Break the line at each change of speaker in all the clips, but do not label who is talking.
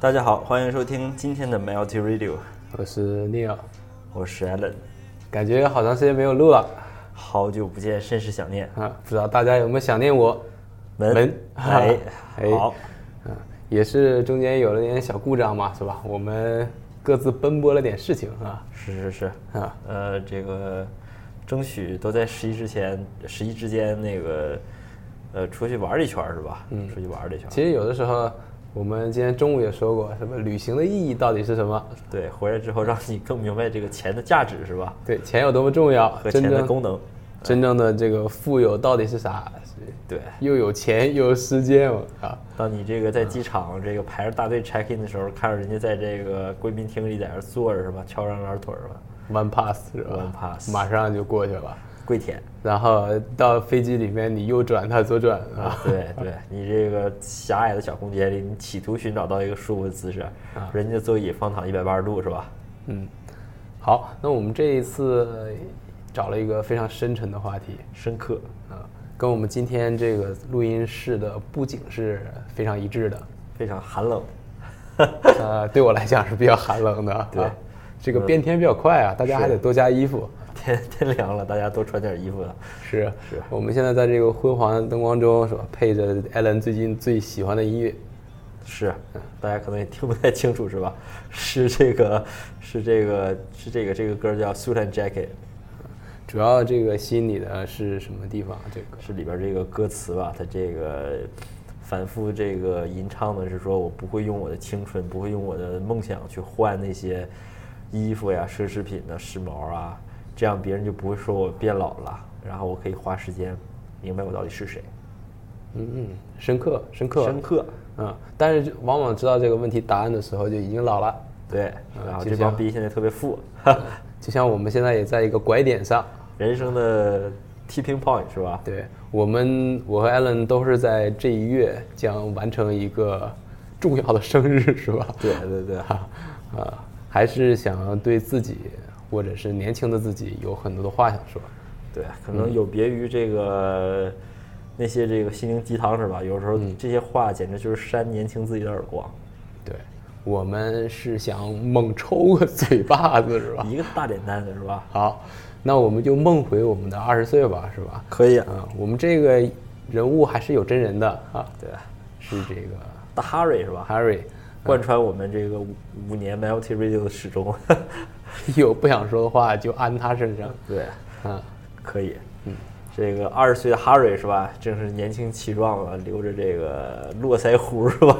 大家好，欢迎收听今天的 Melty Radio，
我是 Neil，
我是 Allen，
感觉好长时间没有录了
好久不见，甚是想念。
啊，不知道大家有没有想念我？
文
文，
哎，
哎
好，
嗯，也是中间有了点小故障嘛，是吧？我们各自奔波了点事情啊
是是是，
啊，
呃，这个争取都在十一之前，十一之间那个呃出去玩儿一圈儿是吧？嗯，出去玩儿了一圈儿。
其实有的时候，我们今天中午也说过，什么旅行的意义到底是什么？
对，回来之后让你更明白这个钱的价值是吧？
对，钱有多么重要？
和
真
钱的
正
功能。
真正的这个富有到底是啥？是
对，
又有钱又有时间啊！
当你这个在机场这个排着大队 check in 的时候，看着人家在这个贵宾厅里在那儿坐着是吧？翘二郎腿儿是吧？
One pass 是吧
One pass
马上就过去了。
跪舔。
然后到飞机里面，你右转他左转啊，
对对，你这个狭隘的小空间里，你企图寻找到一个舒服的姿势，人家座椅放躺一百八十度是吧？
嗯，好，那我们这一次呃找了一个非常深沉的话题
深刻，
啊，跟我们今天这个录音室的布景是非常一致 的，
非常寒冷。
呃，对我来讲是比较寒冷的啊。
对
这个变天比较快啊，大家还得多加衣服。
天天凉了，大家多穿点衣服啊。
是，我们现在在这个昏黄的灯光中，是吧？配着艾伦最近最喜欢的音乐，
是，大家可能也听不太清楚是吧？ 是这个，是这个，是这个，这个歌叫《Suit and Jacket》，
主要这个吸引你的是什么地方？这个
是里边这个歌词吧？它这个反复这个吟唱的是说，我不会用我的青春，不会用我的梦想去换那些衣服呀、奢侈品呐、时髦啊，这样别人就不会说我变老了，然后我可以花时间明白我到底是谁，
嗯嗯，深刻，深刻，
深刻。
嗯，但是就往往知道这个问题答案的时候，就已经老了。
对，然后
就
这
这
帮
样
逼现在特别富，
就像我们现在也在一个拐点上，
人生的 tipping point 是吧？
对我们，我和 Allen 都是在这一月将完成一个重要的生日，是吧？
对对对，
啊，啊，还是想要对自己或者是年轻的自己有很多的话想说。
对，可能有别于这个、那些这个心灵鸡汤是吧？有时候这些话简直就是扇年轻自己的耳光，
对，我们是想猛抽个嘴巴子，是吧？
一个大脸蛋子是吧？
好，那我们就梦回我们的二十岁吧，是吧？
可以啊，
啊，我们这个人物还是有真人的啊，
对，
是这个
大哈瑞是吧？
Harry。
贯穿我们这个五五年 Melty Radio 的始 终，
有不想说的话就安他身上。
对，
啊，
可以，嗯，这个二十岁的哈瑞是吧？正是年轻气壮啊，留着这个络腮胡是吧？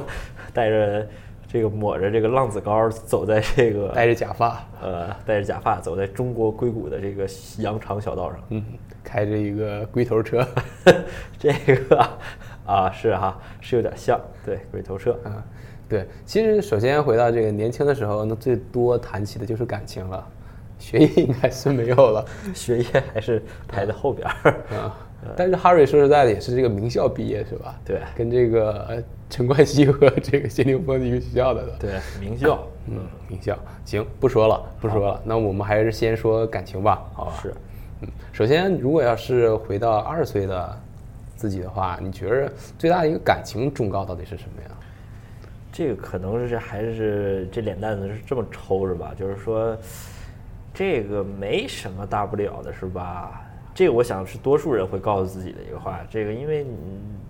戴着这个抹着这个浪子膏，走在这个
戴着假发，
呃戴着假发走在中国硅谷的这个羊肠小道上，
嗯，开着一个龟头车，
这个啊是哈、是有点像，对，鬼头车，
啊，对。其实首先回到这个年轻的时候，那最多谈起的就是感情了，学业应该是没有了
学业还是排在后边儿，
啊。但是哈瑞说实在的，也是这个名校毕业是吧？
嗯对
跟这个呃陈冠希和这个谢霆锋是一个学校的。，
对，名校，
嗯，名校。行，不说了，不说了。那我们还是先说感情吧，好吧？
是。
嗯，首先，如果要是回到二十岁的自己的话，你觉得最大的一个感情忠告到底是什么呀？
这个可能是还是这脸蛋子是这么抽着吧，就是说，这个没什么大不了的，是吧？这个我想是多数人会告诉自己的一个话。这个因为你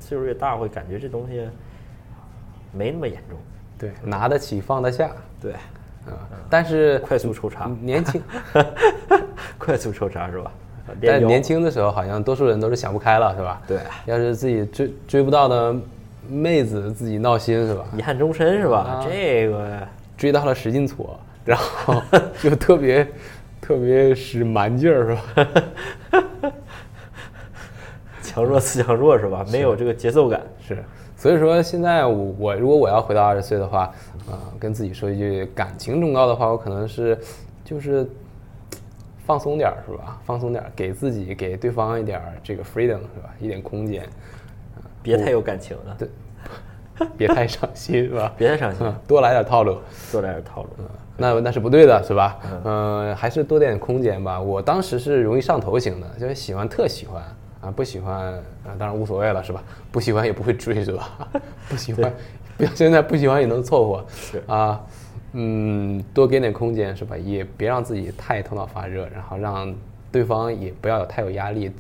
岁数越大，会感觉这东西没那么严重。
对，拿得起放得下
对，
啊、但是
快速抽查，
年轻，
快速抽查是吧？
但是
连
年
摇
轻的时候好像多数人都是想不开了，是吧？
对
要是自己追追不到的妹子，自己闹心是吧？
遗憾终身是
啊
吧？这个
追到了使劲搓，然后 就特别特别使蛮劲儿是吧？
强弱自强弱是吧？没有这个节奏感。
是，所以说现在我我如果我要回到二十岁的话，呃，跟自己说一句感情忠告的话，我可能是就是放松点儿，是吧？放松点儿，给自己给对方一点儿这个 freedom 是吧？一点空间，
别太有感情了，
对，别太上心是吧？
别太上心，
嗯，多来点套路。
多来点套路。
那那是不对的，是吧？嗯、还是多点空间吧。我当时是容易上头型的，就是喜欢特喜欢 啊，不喜欢啊，当然无所谓了，是吧？不喜欢也不会追，是吧？不喜欢不要现在不喜欢也能凑合。
是
啊，嗯，多给点空间是吧？也别让自己太头脑发热，然后让对方也不要有太有压力，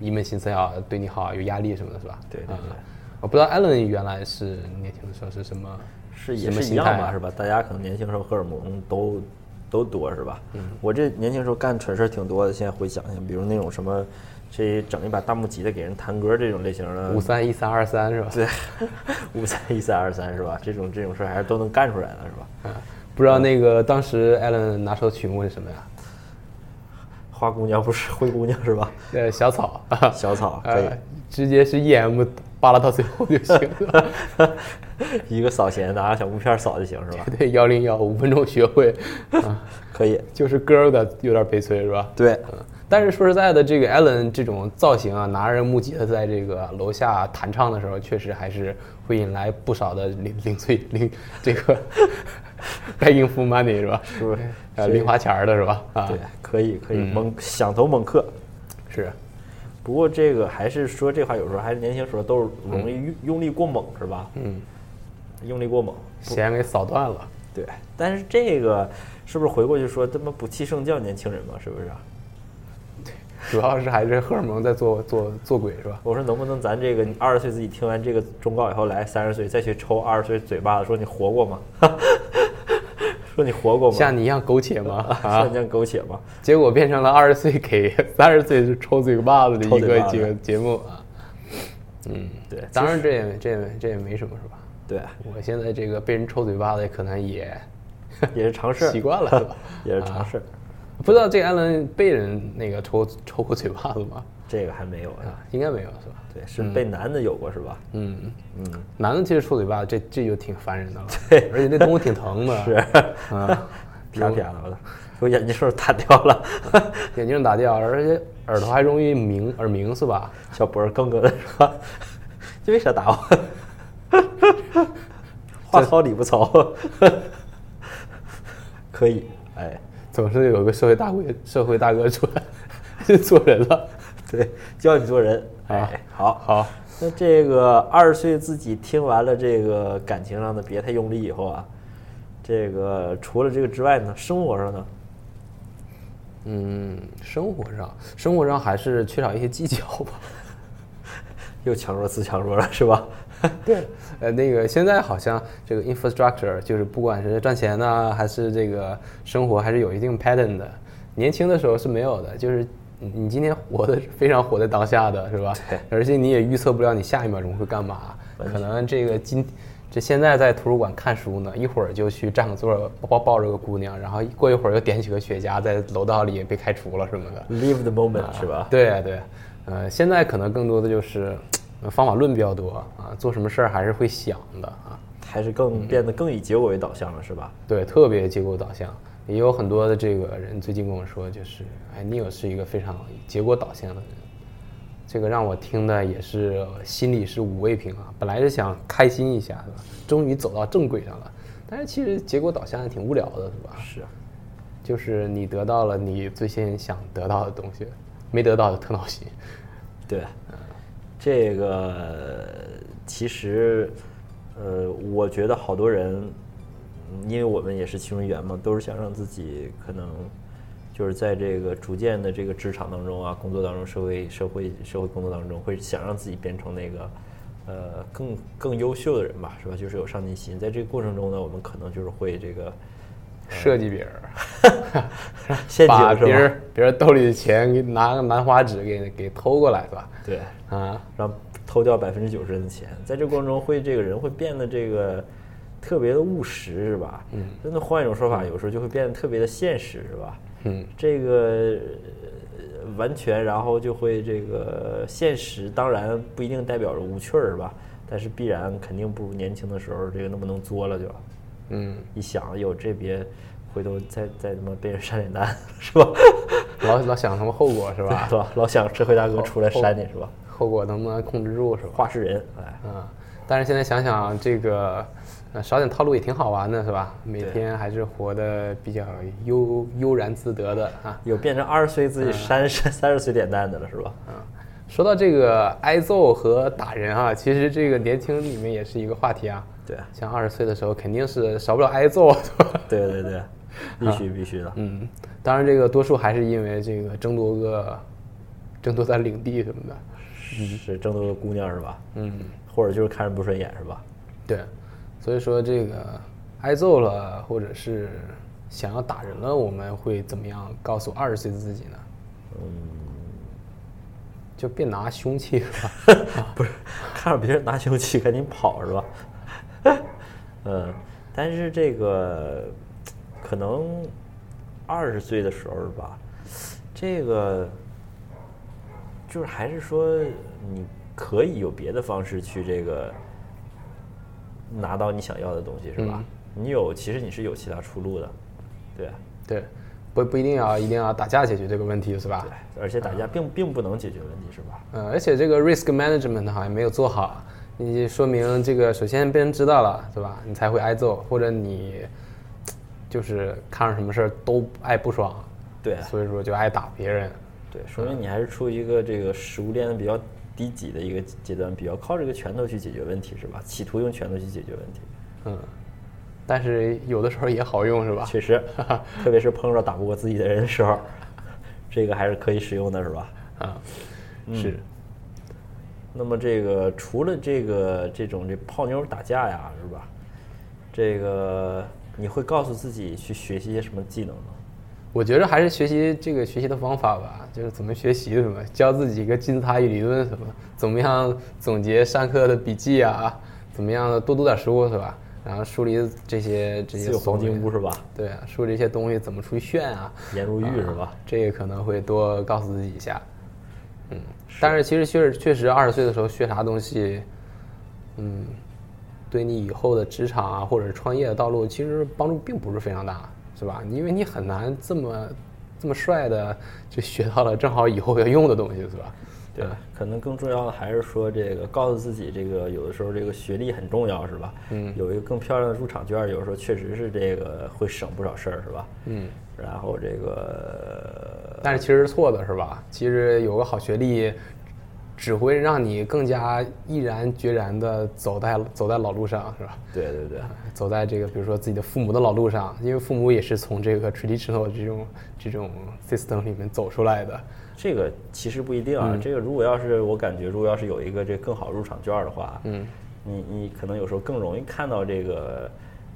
一门心思要对你好，有压力什么的，是吧？
对对
啊
对
我不知道艾伦原来是年轻的时候是什么
是也
什么
是一
心
样
态啊
吧，是吧？大家可能年轻时候荷尔蒙都都多，是吧？
嗯
我这年轻时候干蠢事儿挺多的，现在回想想，比如那种什么，这整一把大木吉他给人弹歌这种类型的，
五三一三二三是吧？
呃对， 五三一三二三是吧？这种这种事儿还是都能干出来的，是吧？
啊，不知道那个当时艾伦拿手曲目是什么呀？
花姑娘不是灰姑娘是吧？
呃，小草，
小草可以
呃，直接是 EM 扒拉到最后就行了。
一个扫弦拿个小木片儿扫就行是吧？
对，幺零幺五分钟学会，啊，
可以，
就是歌儿有点有点悲催是吧？
对，
嗯，但是说实在的，这个艾伦这种造型啊，拿着木吉他在这个楼下弹唱的时候，确实还是会引来不少的零零碎 零这个 begging for money 是吧？
是不是？
呃，零花钱儿的是吧？啊，
对，可以可以，猛想投猛克。
是，
不过这个还是说这话，有时候还是年轻时候都是容易用用力过猛，是吧？
嗯，
用力过猛，
弦给扫断了。
对。但是这个是不是回过去说他妈不弃圣教年轻人嘛？是不是？
主要是还是荷尔蒙在做做做鬼是吧？
我说能不能咱这个二十岁自己听完这个忠告以后来三十岁再去抽二十岁嘴巴子，说你活过吗？ 说你活过吗？
像你一样苟且吗？ 啊
像，酱苟且吗？
结果变成了二十岁给三十岁是抽嘴巴子的
抽
一
嘴
个
巴子
几个节目啊。嗯，
对
当然这也这也这也没什么是吧？
对，
我现在这个被人抽嘴巴子，可能也
也是常事儿，
习惯啊了是 吧
也是常事儿。
不知道这个艾伦被人那个抽抽过嘴巴子吗？
这个还没有呢，
啊，应该没有是吧？
对，是被男的有过是吧？
嗯，
嗯，
男的其实抽嘴巴子，这这就挺烦人的了，对，而且那东西挺疼的，
是，
啊，
啪啪的，我操，给我眼睛是不是打掉了？
眼睛打掉，而且耳朵还容易鸣耳鸣是吧？
小博儿更更的是吧？这为啥打我？话糙理不糙， 可以，哎，
总是有个社会大哥，社会大哥出来就做人了。
对，教你做人，
啊
哎，好。
好，
那这个二十岁自己听完了这个感情上的别太用力以后啊，这个除了这个之外呢，生活上呢，
嗯，生活上，生活上还是缺少一些技巧吧。
又强弱自强弱了是吧？
对， 呃，那个现在好像这个 infrastructure 就是不管是赚钱呢，还是这个生活，还是有一定 pattern 的。年轻的时候是没有的，就是你你今天活的非常活在当下的是吧？
对
而且你也预测不了你下一秒钟会干嘛，可能这个今这现在在图书馆看书呢，一会儿就去占个座儿抱抱着个姑娘，然后过一会儿又点起个雪茄，在楼道里也被开除了什么的。
Live the moment 是吧？
对对，呃，现在可能更多的就是呃方法论比较多啊，做什么事儿还是会想的啊，
还是更变得更以结果为导向了是吧？
对，特别结果导向。也有很多的这个人最近跟我说，就是哎，Neil 是一个非常结果导向的人，这个让我听的也是呃心里是五味瓶啊。本来是想开心一下，是吧？终于走到正轨上了，但是其实结果导向也挺无聊的，是吧？
是，
就是你得到了你最先想得到的东西，没得到的特闹心。
对，这个其实，呃，我觉得好多人，嗯因为我们也是其中一员嘛，都是想让自己可能就是在这个逐渐的这个职场当中啊，工作当中，社会社会社会工作当中，会想让自己变成那个。呃，更更优秀的人吧，是吧？就是有上进心，在这个过程中呢，我们可能就是会这个
设计别人儿，
陷阱
把
是吧？
别人别人兜里的钱给拿个兰花指给给偷过来是吧？
对，
啊，
然后偷掉百分之九十的钱，在这过程中会这个人会变得这个特别的务实，是吧？嗯，真的换一种说法，有时候就会变得特别的现实，是吧？
嗯，
这个呃完全，然后就会这个现实，当然不一定代表着无趣儿，是吧？但是必然肯定不如年轻的时候这个那么能作了就，
嗯，
一想有这别回头再再他妈被人扇脸蛋是吧？
老老想什么后果是吧？
是吧？ 老想社会大哥出来扇你是吧？
后果能不能控制住是吧？
话事人，哎。
嗯，但是现在想想这个，呃，少点套路也挺好玩的是吧？每天还是活得比较悠悠然自得的啊。
有变成二十岁自己三十 三十岁脸蛋的了，是吧？
嗯，说到这个挨揍和打人啊，其实这个年轻里面也是一个话题啊。
对啊，
像二十岁的时候，肯定是少不了挨揍， 对吧？
对对对，必须必须的。
嗯，当然这个多数还是因为这个争夺个争夺咱领地什么的。
是争夺个姑娘是吧？
嗯，
或者就是看人不顺眼是吧？
对，所以说这个挨揍了，或者是想要打人了，我们会怎么样告诉二十岁的自己呢？就别拿凶器了。
不是，看着别人拿凶器赶紧跑是吧？ 嗯，但是这个可能二十岁的时候是吧，这个就是还是说你可以有别的方式去这个拿到你想要的东西是吧？你有，其实你是有其他出路的，对啊。
对，不不一定要一定要打架解决这个问题，是吧？
对，而且打架并并不能解决问题，是吧？
嗯，而且这个 risk management 好像没有做好，你说明这个首先被人知道了，对吧？你才会挨揍，或者你就是看上什么事儿都爱不爽，
对啊，
所以说就爱打别人。
对，
嗯
说明你还是处于一个这个食物链的比较低级的一个阶段，比较靠这个拳头去解决问题是吧？企图用拳头去解决问题，
嗯，但是有的时候也好用，是吧？
确 实，特别是碰到打不过自己的人的时候， 这个还是可以使用的，是吧？
啊，
嗯
是，
那么这个除了这个这种这泡妞打架呀，是吧？这个你会告诉自己去学习一些什么技能吗？
我觉着还是学习这个学习的方法吧，就是怎么学习什么，教自己一个金字塔与理论什么，怎么样总结上课的笔记啊，怎么样多读点书是吧？然后梳理这些这些
自有黄金
所谓
屋是吧？
对啊，梳理这些东西怎么出去炫啊，
颜如玉是吧
啊？这个可能会多告诉自己一下。嗯，但是其实确实确实二十岁的时候学啥东西，嗯，对你以后的职场啊或者创业的道路其实帮助并不是非常大，是吧？因为你很难这么这么帅的就学到了正好以后要用的东西，是吧？
对，可能更重要的还是说这个告诉自己，这个有的时候这个学历很重要，是吧？嗯，有一个更漂亮的入场券，有时候确实是这个会省不少事儿，是吧？
嗯，
然后这个
但是其实是错的，是吧？其实有个好学历，只会让你更加毅然决然的走在走在老路上，是吧？
对对 对，
走在这个比如说自己的父母的老路上，因为父母也是从这个 traditional 这种这种 system 里面走出来的。
这个其实不一定啊。这个如果要是我感觉，如果要是有一个这更好入场券的话，嗯，你你可能有时候更容易看到这个。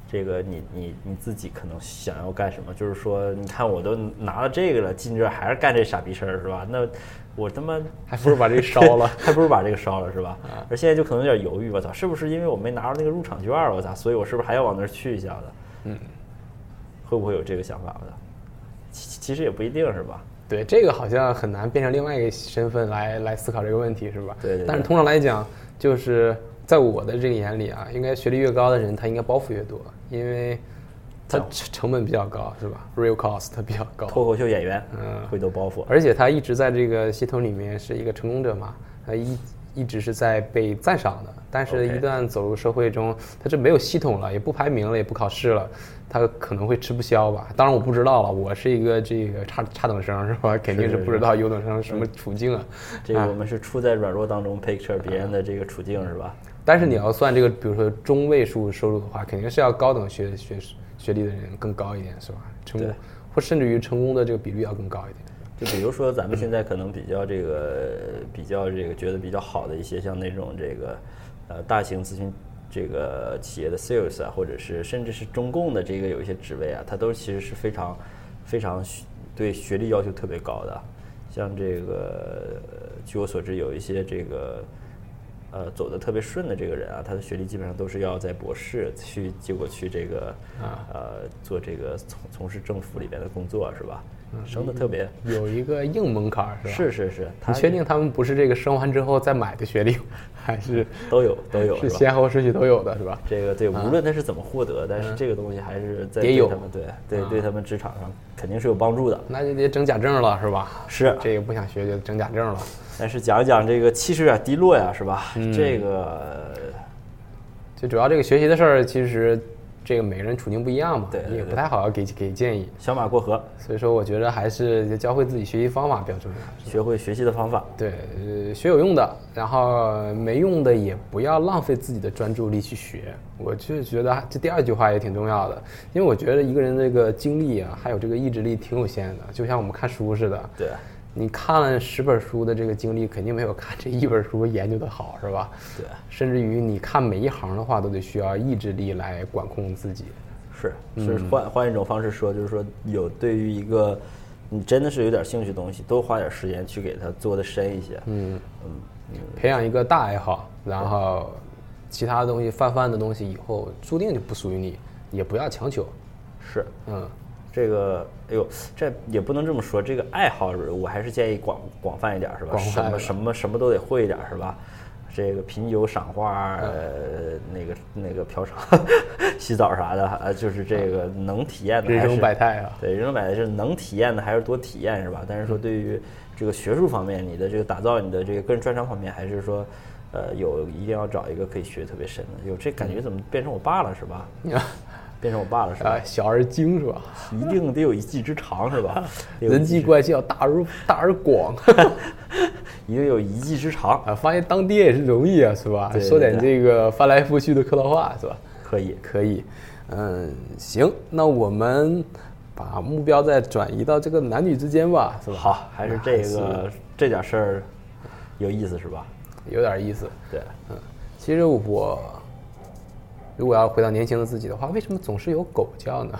这个你你你自己可能想要干什么？就是说，你看我都拿了这个了，进这儿还是干这傻逼事儿，是吧？那我他妈。
还不如把这个烧了
还不如把这个烧了是吧？而现在就可能有点犹豫，我操，是不是因为我没拿着那个入场券儿，我操，所以我是不是还要往那儿去一下子？嗯，会不会有这个想法的？其其实也不一定是吧？
对，这个好像很难变成另外一个身份来来思考这个问题，是吧？
对对对
但是通常来讲，就是在我的这个眼里啊，应该学历越高的人，他应该包袱越多，因为他
讲
成成本比较高，是吧？real cost 它比较高。
脱口秀演员
嗯
会有包袱，
而且他一直在这个系统里面是一个成功者嘛，他一一直是在被赞赏的。但是，
OK
一旦走入社会中，他这没有系统了，也不排名了，也不考试了，他可能会吃不消吧。当然，我不知道了，我是一个这个差差等生是吧？肯定是不知道优等生什么处境啊。嗯
这个我们是处在软弱当中 picture 别人的这个处境是吧？
但是你要算这个，比如说中位数收入的话，肯定是要高等学学学历的人更高一点，是吧？成功
对
或甚至于成功的这个比率要更高一点。
就比如说咱们现在可能比较这个比较这个觉得比较好的一些，像那种这个呃大型咨询这个企业的 sales 啊，或者是甚至是中共的这个有一些职位啊，它都其实是非常非常学对学历要求特别高的。像这个呃据我所知，有一些这个呃走的特别顺的这个人啊，他的学历基本上都是要在博士去，结果去这个呃做这个从从事政府里边的工作啊是吧？升的特别。
有一个硬门槛儿，是吧？
是是是，他
你确定他们不是这个生完之后再买的学历， 还是
都有都有
是
是啊吧？
先后顺序都有的，是吧？
这个对，无论他是怎么获得，但是这个东西还是在
得
对
有
他们对对对他们职场上肯定是有帮助的。
那就得整假证了，是吧？
是
这个不想学就整假证了。
但是讲一讲这个气势有点低嗯落呀，是吧？这个
最主要这个学习的事儿，其实这个每个人处境不一样嘛，
对对
你也
对
不太好要给给建议。
小马过河，
所以说，我觉得还是教会自己学习方法比较重要。
学会学习的方法。
对，呃学有用的，然后没用的也不要浪费自己的专注力去学。我就觉得这第二句话也挺重要的，因为我觉得一个人这个精力啊，还有这个意志力挺有限的，就像我们看书似的。
对，
你看了十本书的这个精力，肯定没有看这一本书研究的好，是吧？
对，
甚至于你看每一行的话，都得需要意志力来管控自己。
是，是换换一种方式说，就是说有对于一个你真的是有点兴趣的东西，多花点时间去给它做的深一些。嗯
培养一个大爱好，然后其他的东西泛泛的东西，以后注定就不属于你，也不要强求。
是
嗯，
这个，哎呦，这也不能这么说。这个爱好，我还是建议广广泛一点，是吧？
广泛
什
一
么
点
什么什么都得会一点，是吧？这个品酒、赏花，
嗯
呃，那个那个嫖娼、 洗澡啥的，呃，就是这个能体验的还
嗯人
是
生百态啊。嗯
对，人生百态是能体验的，还是多体验是吧？但是说对于这个学术方面，你的这个打造你的这个个人专长方面，还是说，呃，有一定要找一个可以学特别深的。有这感
嗯
觉怎么变成我爸了是吧？变成我爸了是吧？
啊，小而精是吧？
一定得有一技之长是 吧？得有一
人际
技
关系要大而大 而广
一定有一技之长，
啊！发现当爹也是容易啊，是吧？
对对
说点这个翻来覆去的客套话是吧？
可以。
可以，嗯，行，那我们把目标再转移到这个男女之间吧，是吧？
好，还是这个这点事儿有意思是吧？
有点意思。
对，
嗯，其实我如果要回到年轻的自己的话，为什么总是有狗叫呢？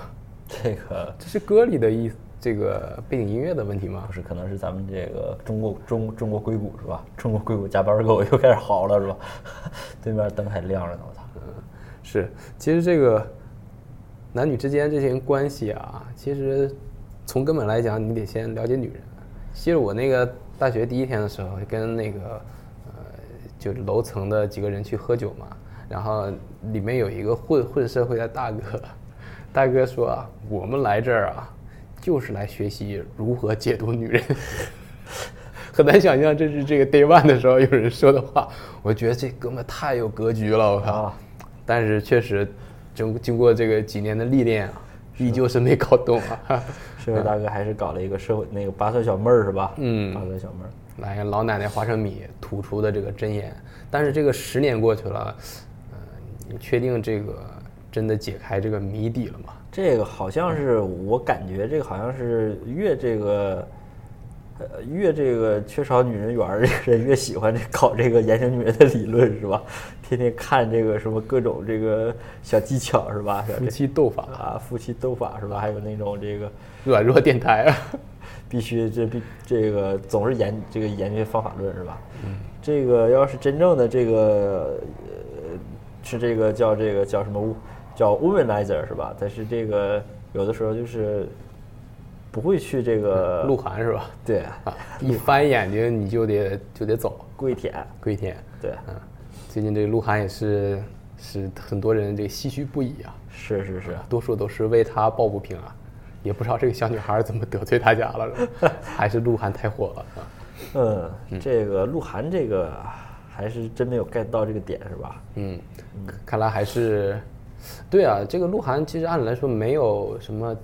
这个
这是歌里的意这个背景音乐的问题吗
不？是可能是咱们这个中国中中国硅谷是吧？中国硅谷加班狗又开始嚎了是吧？ 对面灯还亮着呢，我操！
是，其实这个男女之间这些关系啊，其实从根本来讲，你得先了解女人。其实我那个大学第一天的时候，跟那个呃，就楼层的几个人去喝酒嘛，然后里面有一个混混社会的大哥，大哥说啊，我们来这儿啊，就是来学习如何解读女人。 很难想象这是这个 day one 的时候有人说的话，我觉得这哥们太有格局了，我靠！
啊
但是确实，经经过这个几年的历练啊，依旧是没搞懂啊。
社会大哥还是搞了一个社会那个八岁小妹儿是吧？
嗯
八岁小妹儿，
来，哎老奶奶花生米吐出的这个真言，但是这个十年过去了，呃，你确定这个真的解开这个谜底了吗？
这个好像是我感觉这个好像是越这个。呃，越这个缺少女人缘儿，这 个人越喜欢这搞这个言情女人的理论是吧？ 天天看这个什么各种这个小技巧是吧？小
夫
这
妻斗法，
啊，夫妻斗法是吧？还有那种这个
软弱电台啊，
必须这必这个总是研这个研究方法论是吧？
嗯
这个要是真正的这个呃是这个叫这个叫什么叫 womanizer 是吧？但是这个有的时候就是不会去这个
嗯鹿晗是吧？
对
啊，一翻眼睛你就得就得走，
跪舔
跪舔。
对
嗯，最近这个鹿晗也是使很多人这个唏嘘不已啊。
是是是
多数都是为他抱不平啊，也不知道这个小女孩怎么得罪大家了，还是鹿晗太火了啊。
嗯这个鹿晗这个还是真没有 get 到这个点是吧？
嗯，看来还是，对啊，这个鹿晗其实按理来说没有什么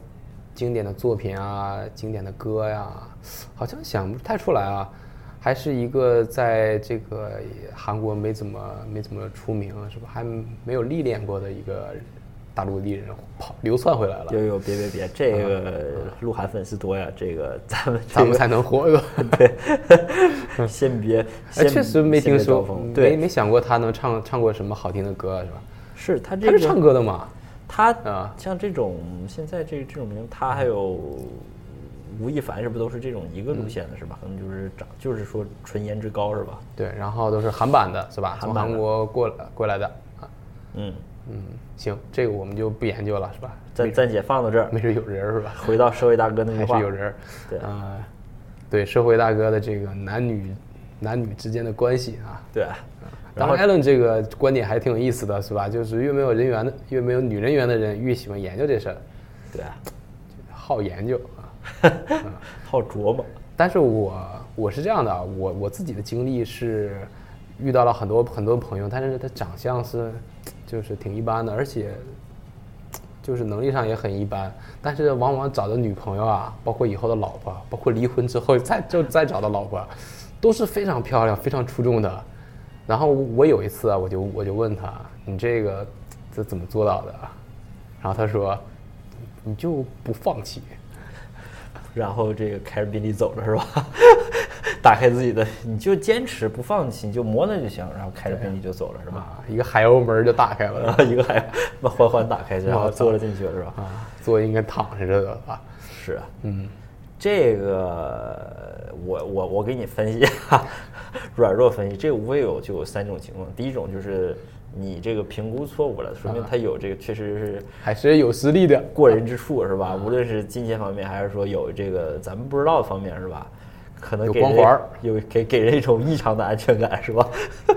经典的作品啊，经典的歌呀、好像想不太出来啊，还是一个在这个韩国没怎么没怎么出名是吧，还没有历练过的一个大陆艺人跑流窜回来了，
呦呦别别别，
嗯
这个鹿晗粉丝多呀，这个咱们
咱们才能活着。
对，先别，
哎，
先
确实没
先
听
别
说
招，
没
风对，
没想过他能唱唱过什么好听的歌，是吧？
是他
他
这
是唱
个
歌的嘛？
他
啊
像这种现在这这种明星，他还有吴亦凡，是不是都是这种一个路
嗯
线的，是吧？可能就是长，就是说纯颜值高，是吧？
对，然后都是韩版的，是吧？
韩
从
版的
韩国过来过来的啊。
嗯，
嗯，行，这个我们就不研究了，是吧？
暂暂且放到这儿，
没准有人儿是吧？
回到社会大哥那句
还
嗯话
是，有人儿。
对
啊，对，社会大哥的这个男女男女之间的关系啊。
对，
然后艾伦这个观点还挺有意思的，是吧？就是越没有人缘的，越没有女人缘的人，越喜欢研究这事儿，
对，
好研究啊。
好琢磨，
但是我我是这样的啊，我我自己的经历是遇到了很多很多朋友，但是他长相是就是挺一般的，而且就是能力上也很一般，但是往往找的女朋友啊，包括以后的老婆，包括离婚之后再就再找的老婆，都是非常漂亮、非常出众的。然后我有一次啊，我就我就问他，你这个这怎么做到的啊？然后他说，你就不放弃。
然后这个开着宾利走了是吧？ 打开自己的，你就坚持不放弃，你就磨练就行，然后开着宾利就走了是吧？
啊，一个海鸥门就打开了
然后一个还缓缓打开，然后坐了进去了是吧？
啊，坐应该躺着的吧？
是啊，嗯，这个我我我给你分析一下，软弱分析，这个无非有就有三种情况，第一种就是你这个评估错误了，说明他有这个确实是
还是有实力的。
过人之处是
嗯
吧？无论是金钱方面，还是说有这个咱们不知道的方面是吧？可能
有
给
光
人
环儿
有给给人一种异常的安全感是吧？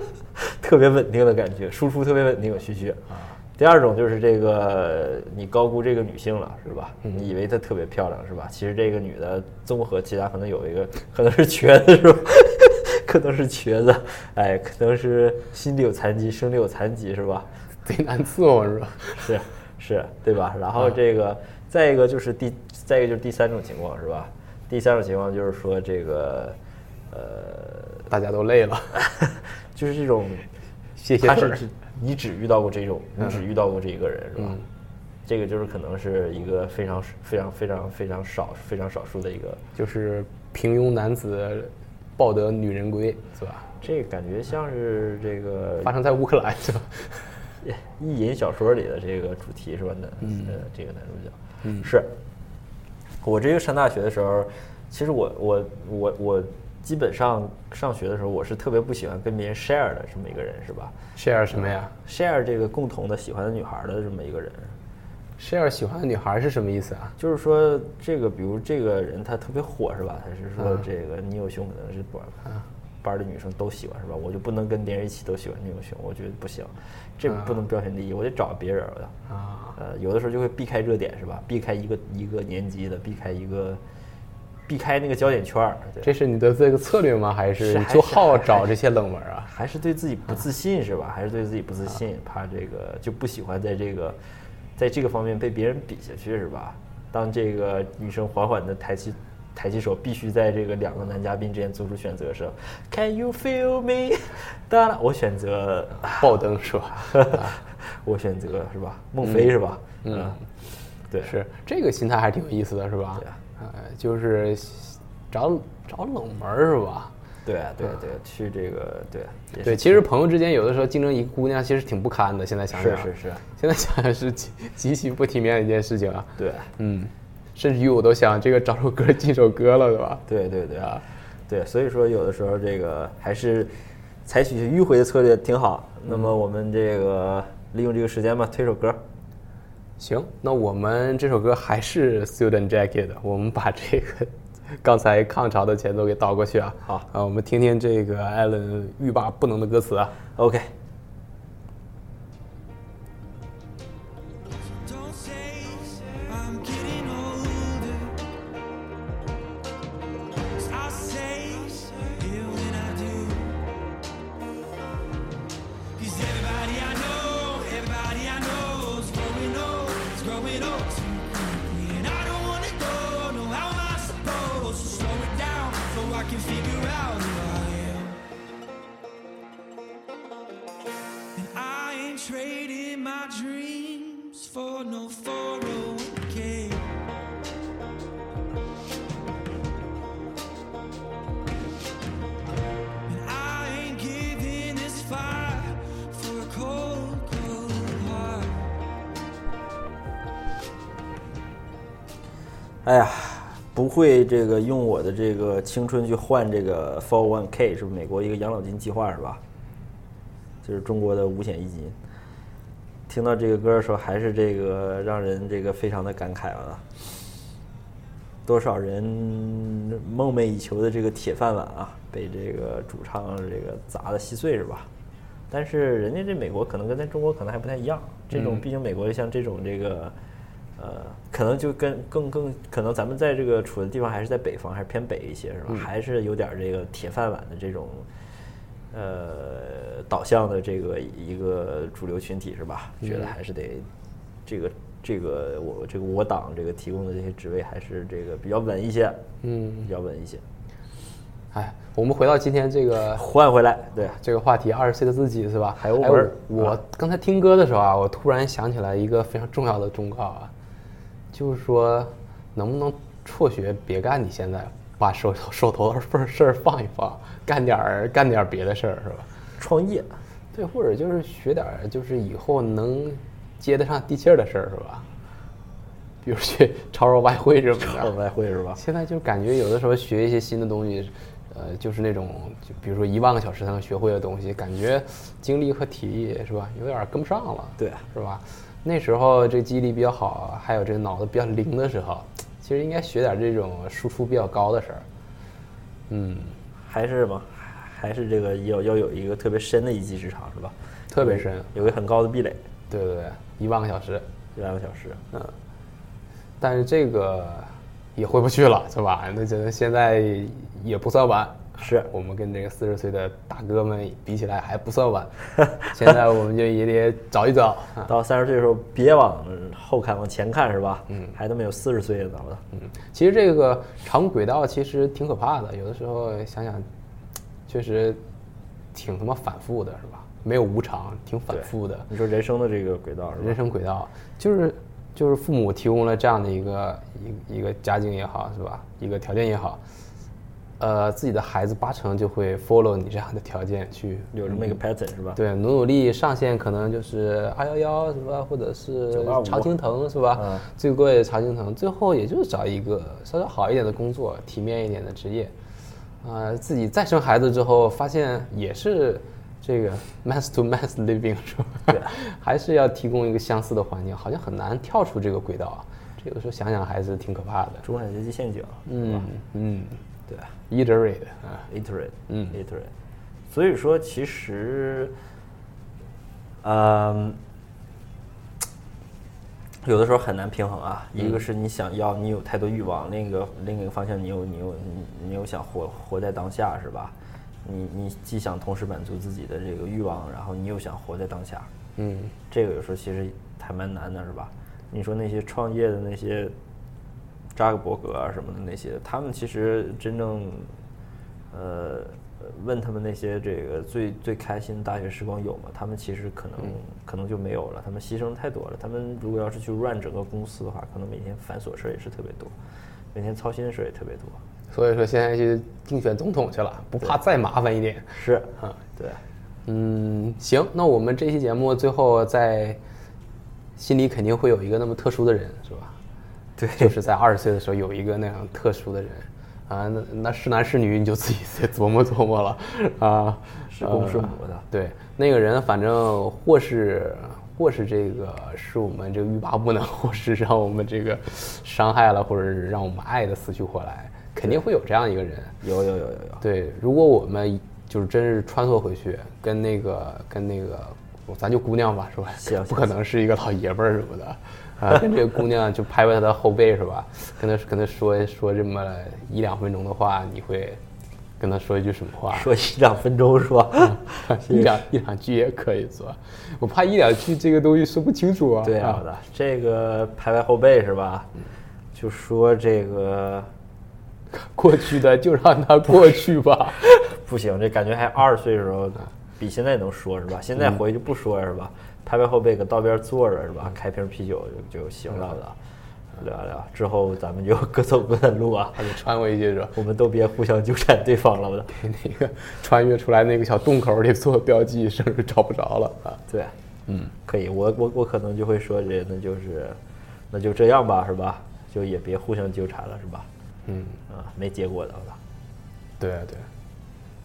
特别稳定的感觉，输出特别稳定，徐徐。
啊
第二种就是这个你高估这个女性了是吧？
嗯
你以为她特别漂亮是吧？其实这个女的综合其他可能有一个可能是瘸子是吧？ 可能是瘸子，哎，可能是心里有残疾，生里有残疾是吧？
贼难伺候是吧？
是是，对吧？然后这个，再一个就是第，再一个就是第三种情况是吧？第三种情况就是说这个，呃，
大家都累了，
就是这种，
歇歇
他
腿
是
儿。
只你只遇到过这种，你只遇到过这一个人是吧？这个就是可能是一个非常非常非常非常少非常少数的一个，
就是平庸男子抱得女人归，是吧？
这个感觉像是这个
发生在乌克兰是吧？
意淫小说里的这个主题是吧？男、呃，这个男主角，是我这个上大学的时候，其实我我我我基本上上学的时候，我是特别不喜欢跟别人 share 的这么一个人，是吧
share 什么呀
？share 这个共同的喜欢的女孩的这么一个人，
？share 喜欢的女孩是什么意思啊？
就是说这个，比如这个人他特别火是吧？他是说这个你有熊可能是班班的女生都喜欢是吧？我就不能跟别人一起都喜欢你有熊，我觉得不行，这不能标新立异，我得找别人的。
啊，
呃，有的时候就会避开热点是吧？避开一个一个年级的，避开一个，避开那个焦点圈儿，对，
这是你的这个策略吗？还
是
是你
还
就是好
还是
找这些冷门啊？
还是对自己不自信是吧？还是对自己不自信，怕这个就不喜欢在这个，在这个方面被别人比下去是吧？当这个女生缓缓的抬起抬起手，必须在这个两个男嘉宾之间做出选择时，Can you feel me？当然 了，我选择
爆灯是吧？
我选择是吧？孟非是吧？嗯，对，
是这个心态还挺有意思的，是吧？
对啊
呃，就是找找冷门儿是吧？
对啊对啊对啊，去这个对啊也是
对，其实朋友之间有的时候竞争一个姑娘，其实挺不堪的。现在想想，
是是是，
现在想想是极极其不体面的一件事情啊。
对。
嗯，甚至于我都想这个找首歌进首歌了，对吧？
对对对啊，对，所以说有的时候这个还是采取迂回的策略挺好。那么我们这个利用这个时间吧，推首歌。
行，那我们这首歌还是 Student Jacket，我们把这个刚才抗潮的前奏给倒过去啊。
好
啊，我们听听这个艾伦欲罢不能的歌词啊。
OK，
Don't say I'm getting older. 'Cause I say it when I do. 'Cause everybody I know, everybody I know is growing old, is growing old too quickly. And I don't wanna go, no, how am I supposed to slow it down so I can figure out who I am? And I ain't trading my dreams for no 401k. And I ain't giving this fire for a cold, cold heart.
哎呀，不会这个用我的这个青春去换这个 Four One K 是美国一个养老金计划是吧？就是中国的五险一金。听到这个歌的时候，还是这个让人这个非常的感慨啊。多少人梦寐以求的这个铁饭碗啊，被这个主唱这个砸的稀碎是吧？但是人家这美国可能跟咱中国可能还不太一样，这种毕竟美国像这种这个，呃，可能就跟更更可能咱们在这个处的地方还是在北方，还是偏北一些是吧？还是有点这个铁饭碗的这种，
嗯
呃，导向的这个一个主流群体是吧？觉得还是得这个这个我这个我党这个提供的这些职位还是这个比较稳一些，嗯，比较稳一些。
哎，我们回到今天 这个
换回来，对，啊
这个话题，二十岁的自己是吧？
海鸥
哎
门儿
我我刚才听歌的时候啊，我突然想起来一个非常重要的忠告啊，就是说，能不能辍学别干你现在把手手头的份儿事儿放一放，干点儿干点儿别的事儿是吧？
创业，
对，或者就是学点儿就是以后能接得上地气儿的事儿是吧？比如去 炒炒外汇什么的，
二外汇是吧？
现在就感觉有的时候学一些新的东西，呃，就是那种就比如说一万个小时才能学会的东西，感觉精力和体力是吧，有点儿跟不上了，
对啊
是吧？那时候这记忆力比较好，还有这个脑子比较灵的时候，其实应该学点这种输出比较高的事儿。嗯，
还是嘛，还是这个要要有一个特别深的一技之长是吧？
特别深，
有个很高的壁垒，
对对对，一万个小时，
一两个小时。
嗯但是这个也回不去了，是吧？那觉得现在也不算晚，
是
我们跟这个四十岁的大哥们比起来还不算晚。 现在我们就也得找一找。啊
到三十岁的时候，别往后看，往前看是吧？嗯，还他妈有四十岁呢，我操！
嗯，其实这个长轨道其实挺可怕的，有的时候想想，确实挺他妈反复的，是吧？没有无常，挺反复的。
你说人生的这个轨道是
人
吧？
生轨道，就是就是父母提供了这样的一个一一个家境也好，是吧？一个条件也好，呃，自己的孩子八成就会 follow 你这样的条件去。
有这么一个 pattern 是吧？
对，努努力上限可能就是二幺幺是吧，或者是
985
常青藤是吧？
嗯
最贵的常青藤，最后也就是找一个稍稍好一点的工作，体面一点的职业。呃，自己再生孩子之后，发现也是这个 mass to mass living 是吧？还是要提供一个相似的环境，好像很难跳出这个轨道啊。这有时候想想还是挺可怕的。
中产阶级陷阱，
嗯嗯
对
，iterate 啊，
，iterate，
嗯
，iterate。所以说，其实，嗯，有的时候很难平衡啊。一
嗯
个是你想要，你有太多欲望；另一个另一个方向，你有你有你你有想活活在当下是吧？你你既想同时满足自己的这个欲望，然后你又想活在当下，
嗯
这个有时候其实还蛮难的，是吧？你说那些创业的那些扎克伯格啊什么的那些，他们其实真正，呃，问他们那些这个最最开心的大学时光有吗？他们其实可能、可能就没有了，他们牺牲太多了。他们如果要是去 run 整个公司的话，可能每天繁琐事儿也是特别多，每天操心的事儿也特别多。
所以说现在去竞选总统去了，不怕再麻烦一点。
是啊，对，
嗯，行，那我们这期节目最后在心里肯定会有一个那么特殊的人，是吧？
对
就是在二十岁的时候有一个那样特殊的人啊，那那是男是女你就自己再琢磨琢磨了啊。
是公是母的。
对，那个人反正或是或是这个是我们这个欲罢不能，或是让我们这个伤害了，或者是让我们爱的死去活来，肯定会有这样一个人。
有有有有有，
对，如果我们就是真是穿梭回去，跟那个跟那个，咱就姑娘吧，是吧
行？
不可能是一个老爷们儿什么的，啊，跟这个姑娘就拍拍她的后背是吧？跟她跟她说说这么一两分钟的话，你会跟她说一句什么话？
说一两分钟是吧？
一两一两句也可以说，我怕一两句这个东西说不清楚 啊。
对啊，嗯
啊
好，的，这个拍拍后背是吧？就说这个
过去的就让它过去吧。
不行，这感觉还二十岁的时候比现在能说是吧？现在回去不说是吧？拍拍后背搁道边坐着是吧？开瓶啤酒就就行了的，聊聊之后咱们就各走各的路啊，
他就穿过一句说，
我们都别互相纠缠对方了，我的。
给 那个穿越出来那个小洞口里做标记，甚至找不着了啊。
对，嗯，可以，我我我可能就会说这那就是那就这样吧是吧？就也别互相纠缠了是吧？
嗯，
啊，没结果的了。
对啊对，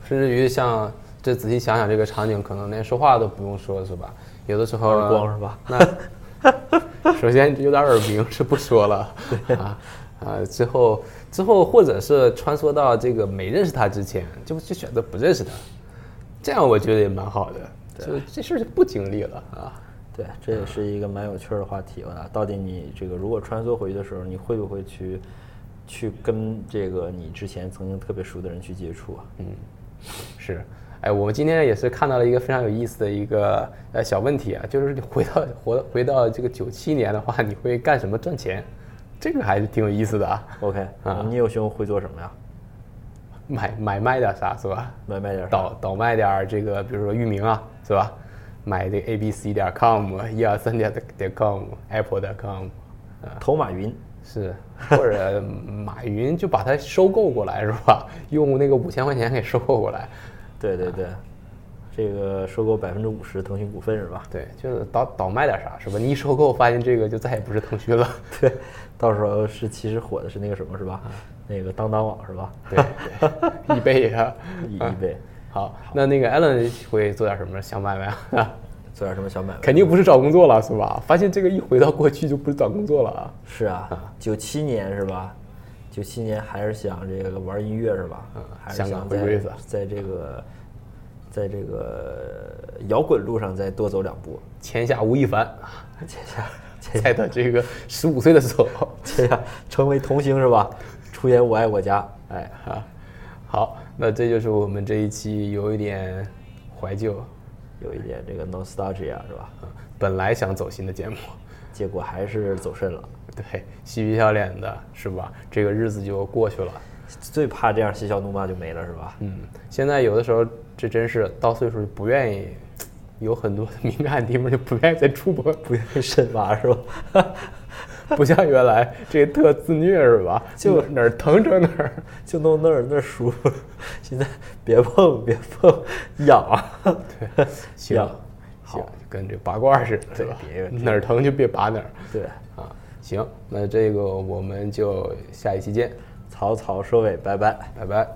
甚至于像这仔细想想这个场景，可能连说话都不用说是吧？有的时候
耳光是吧？
那首先有点耳鸣是不说了啊啊，之后之后或者是穿梭到这个没认识他之前，就就选择不认识他，这样我觉得也蛮好的，就这事儿就不经历了啊。
对，这也是一个蛮有趣儿的话题吧。到底你这个如果穿梭回去的时候，你会不会去
嗯
去跟这个你之前曾经特别熟的人去接触啊？
是，哎，我们今天也是看到了一个非常有意思的一个呃小问题啊，就是你回到活到回到这个九七年的话，你会干什么赚钱？这个还是挺有意思的啊，
OK，、
啊
你有熊会做什么呀？
买买卖点啥是吧？
买卖点儿啥
倒倒卖点儿这个，比如说域名啊，是吧？买这 a b c 点 com、一二三点点 com、apple 点 com，
头马云，
是，或者马云就把它收购过来是吧？用那个五千块钱给收购过来，
对
啊
对对，这个收购百分之五十腾讯股份是吧？
对，就是倒倒卖点啥是吧？你一收购发现这个就再也不是腾讯了，
对，到时候是其实火的是那个什么是
啊
吧？那个当当网是吧？
对对， 易贝啊，
一一倍，
好，那那个 Allen 会做点什么小买卖啊？
做点什么小买卖？
肯定不是找工作了是吧？发现这个一回到过去就不是找工作了啊。
是啊，九七年是吧？九七年还是想这个玩音乐是吧？还是
啊香港
想
回
在
归是吧
在这个在这个摇滚路上再多走两步。
签下吴亦凡，
这下这
在他这个十五岁的时候，
这下成为童星是吧？出演《我爱我家》，哎，
啊，好，那这就是我们这一期有一点怀旧，
有一点这个 nostalgia 是
啊
吧？
本来想走心的节目，
结果还是走肾了。
对，嬉皮笑脸的是吧？这个日子就过去了。
最怕这样嬉笑怒骂就没了是吧？
嗯，现在有的时候这真是到岁数就不愿意，有很多敏感地方就不愿意再触碰，
不愿意深挖是吧？
不像原来这特自虐是吧？
就
哪儿疼整哪儿。
就弄那儿那儿舒服， 现在别碰别碰，啊痒。
对， 行
行，
行，就跟这拔罐儿似的，是
对
吧
别？
哪儿疼就别拔哪儿
对，
啊。行，那这个我们就下一期见，
草草收尾，拜拜。
拜拜。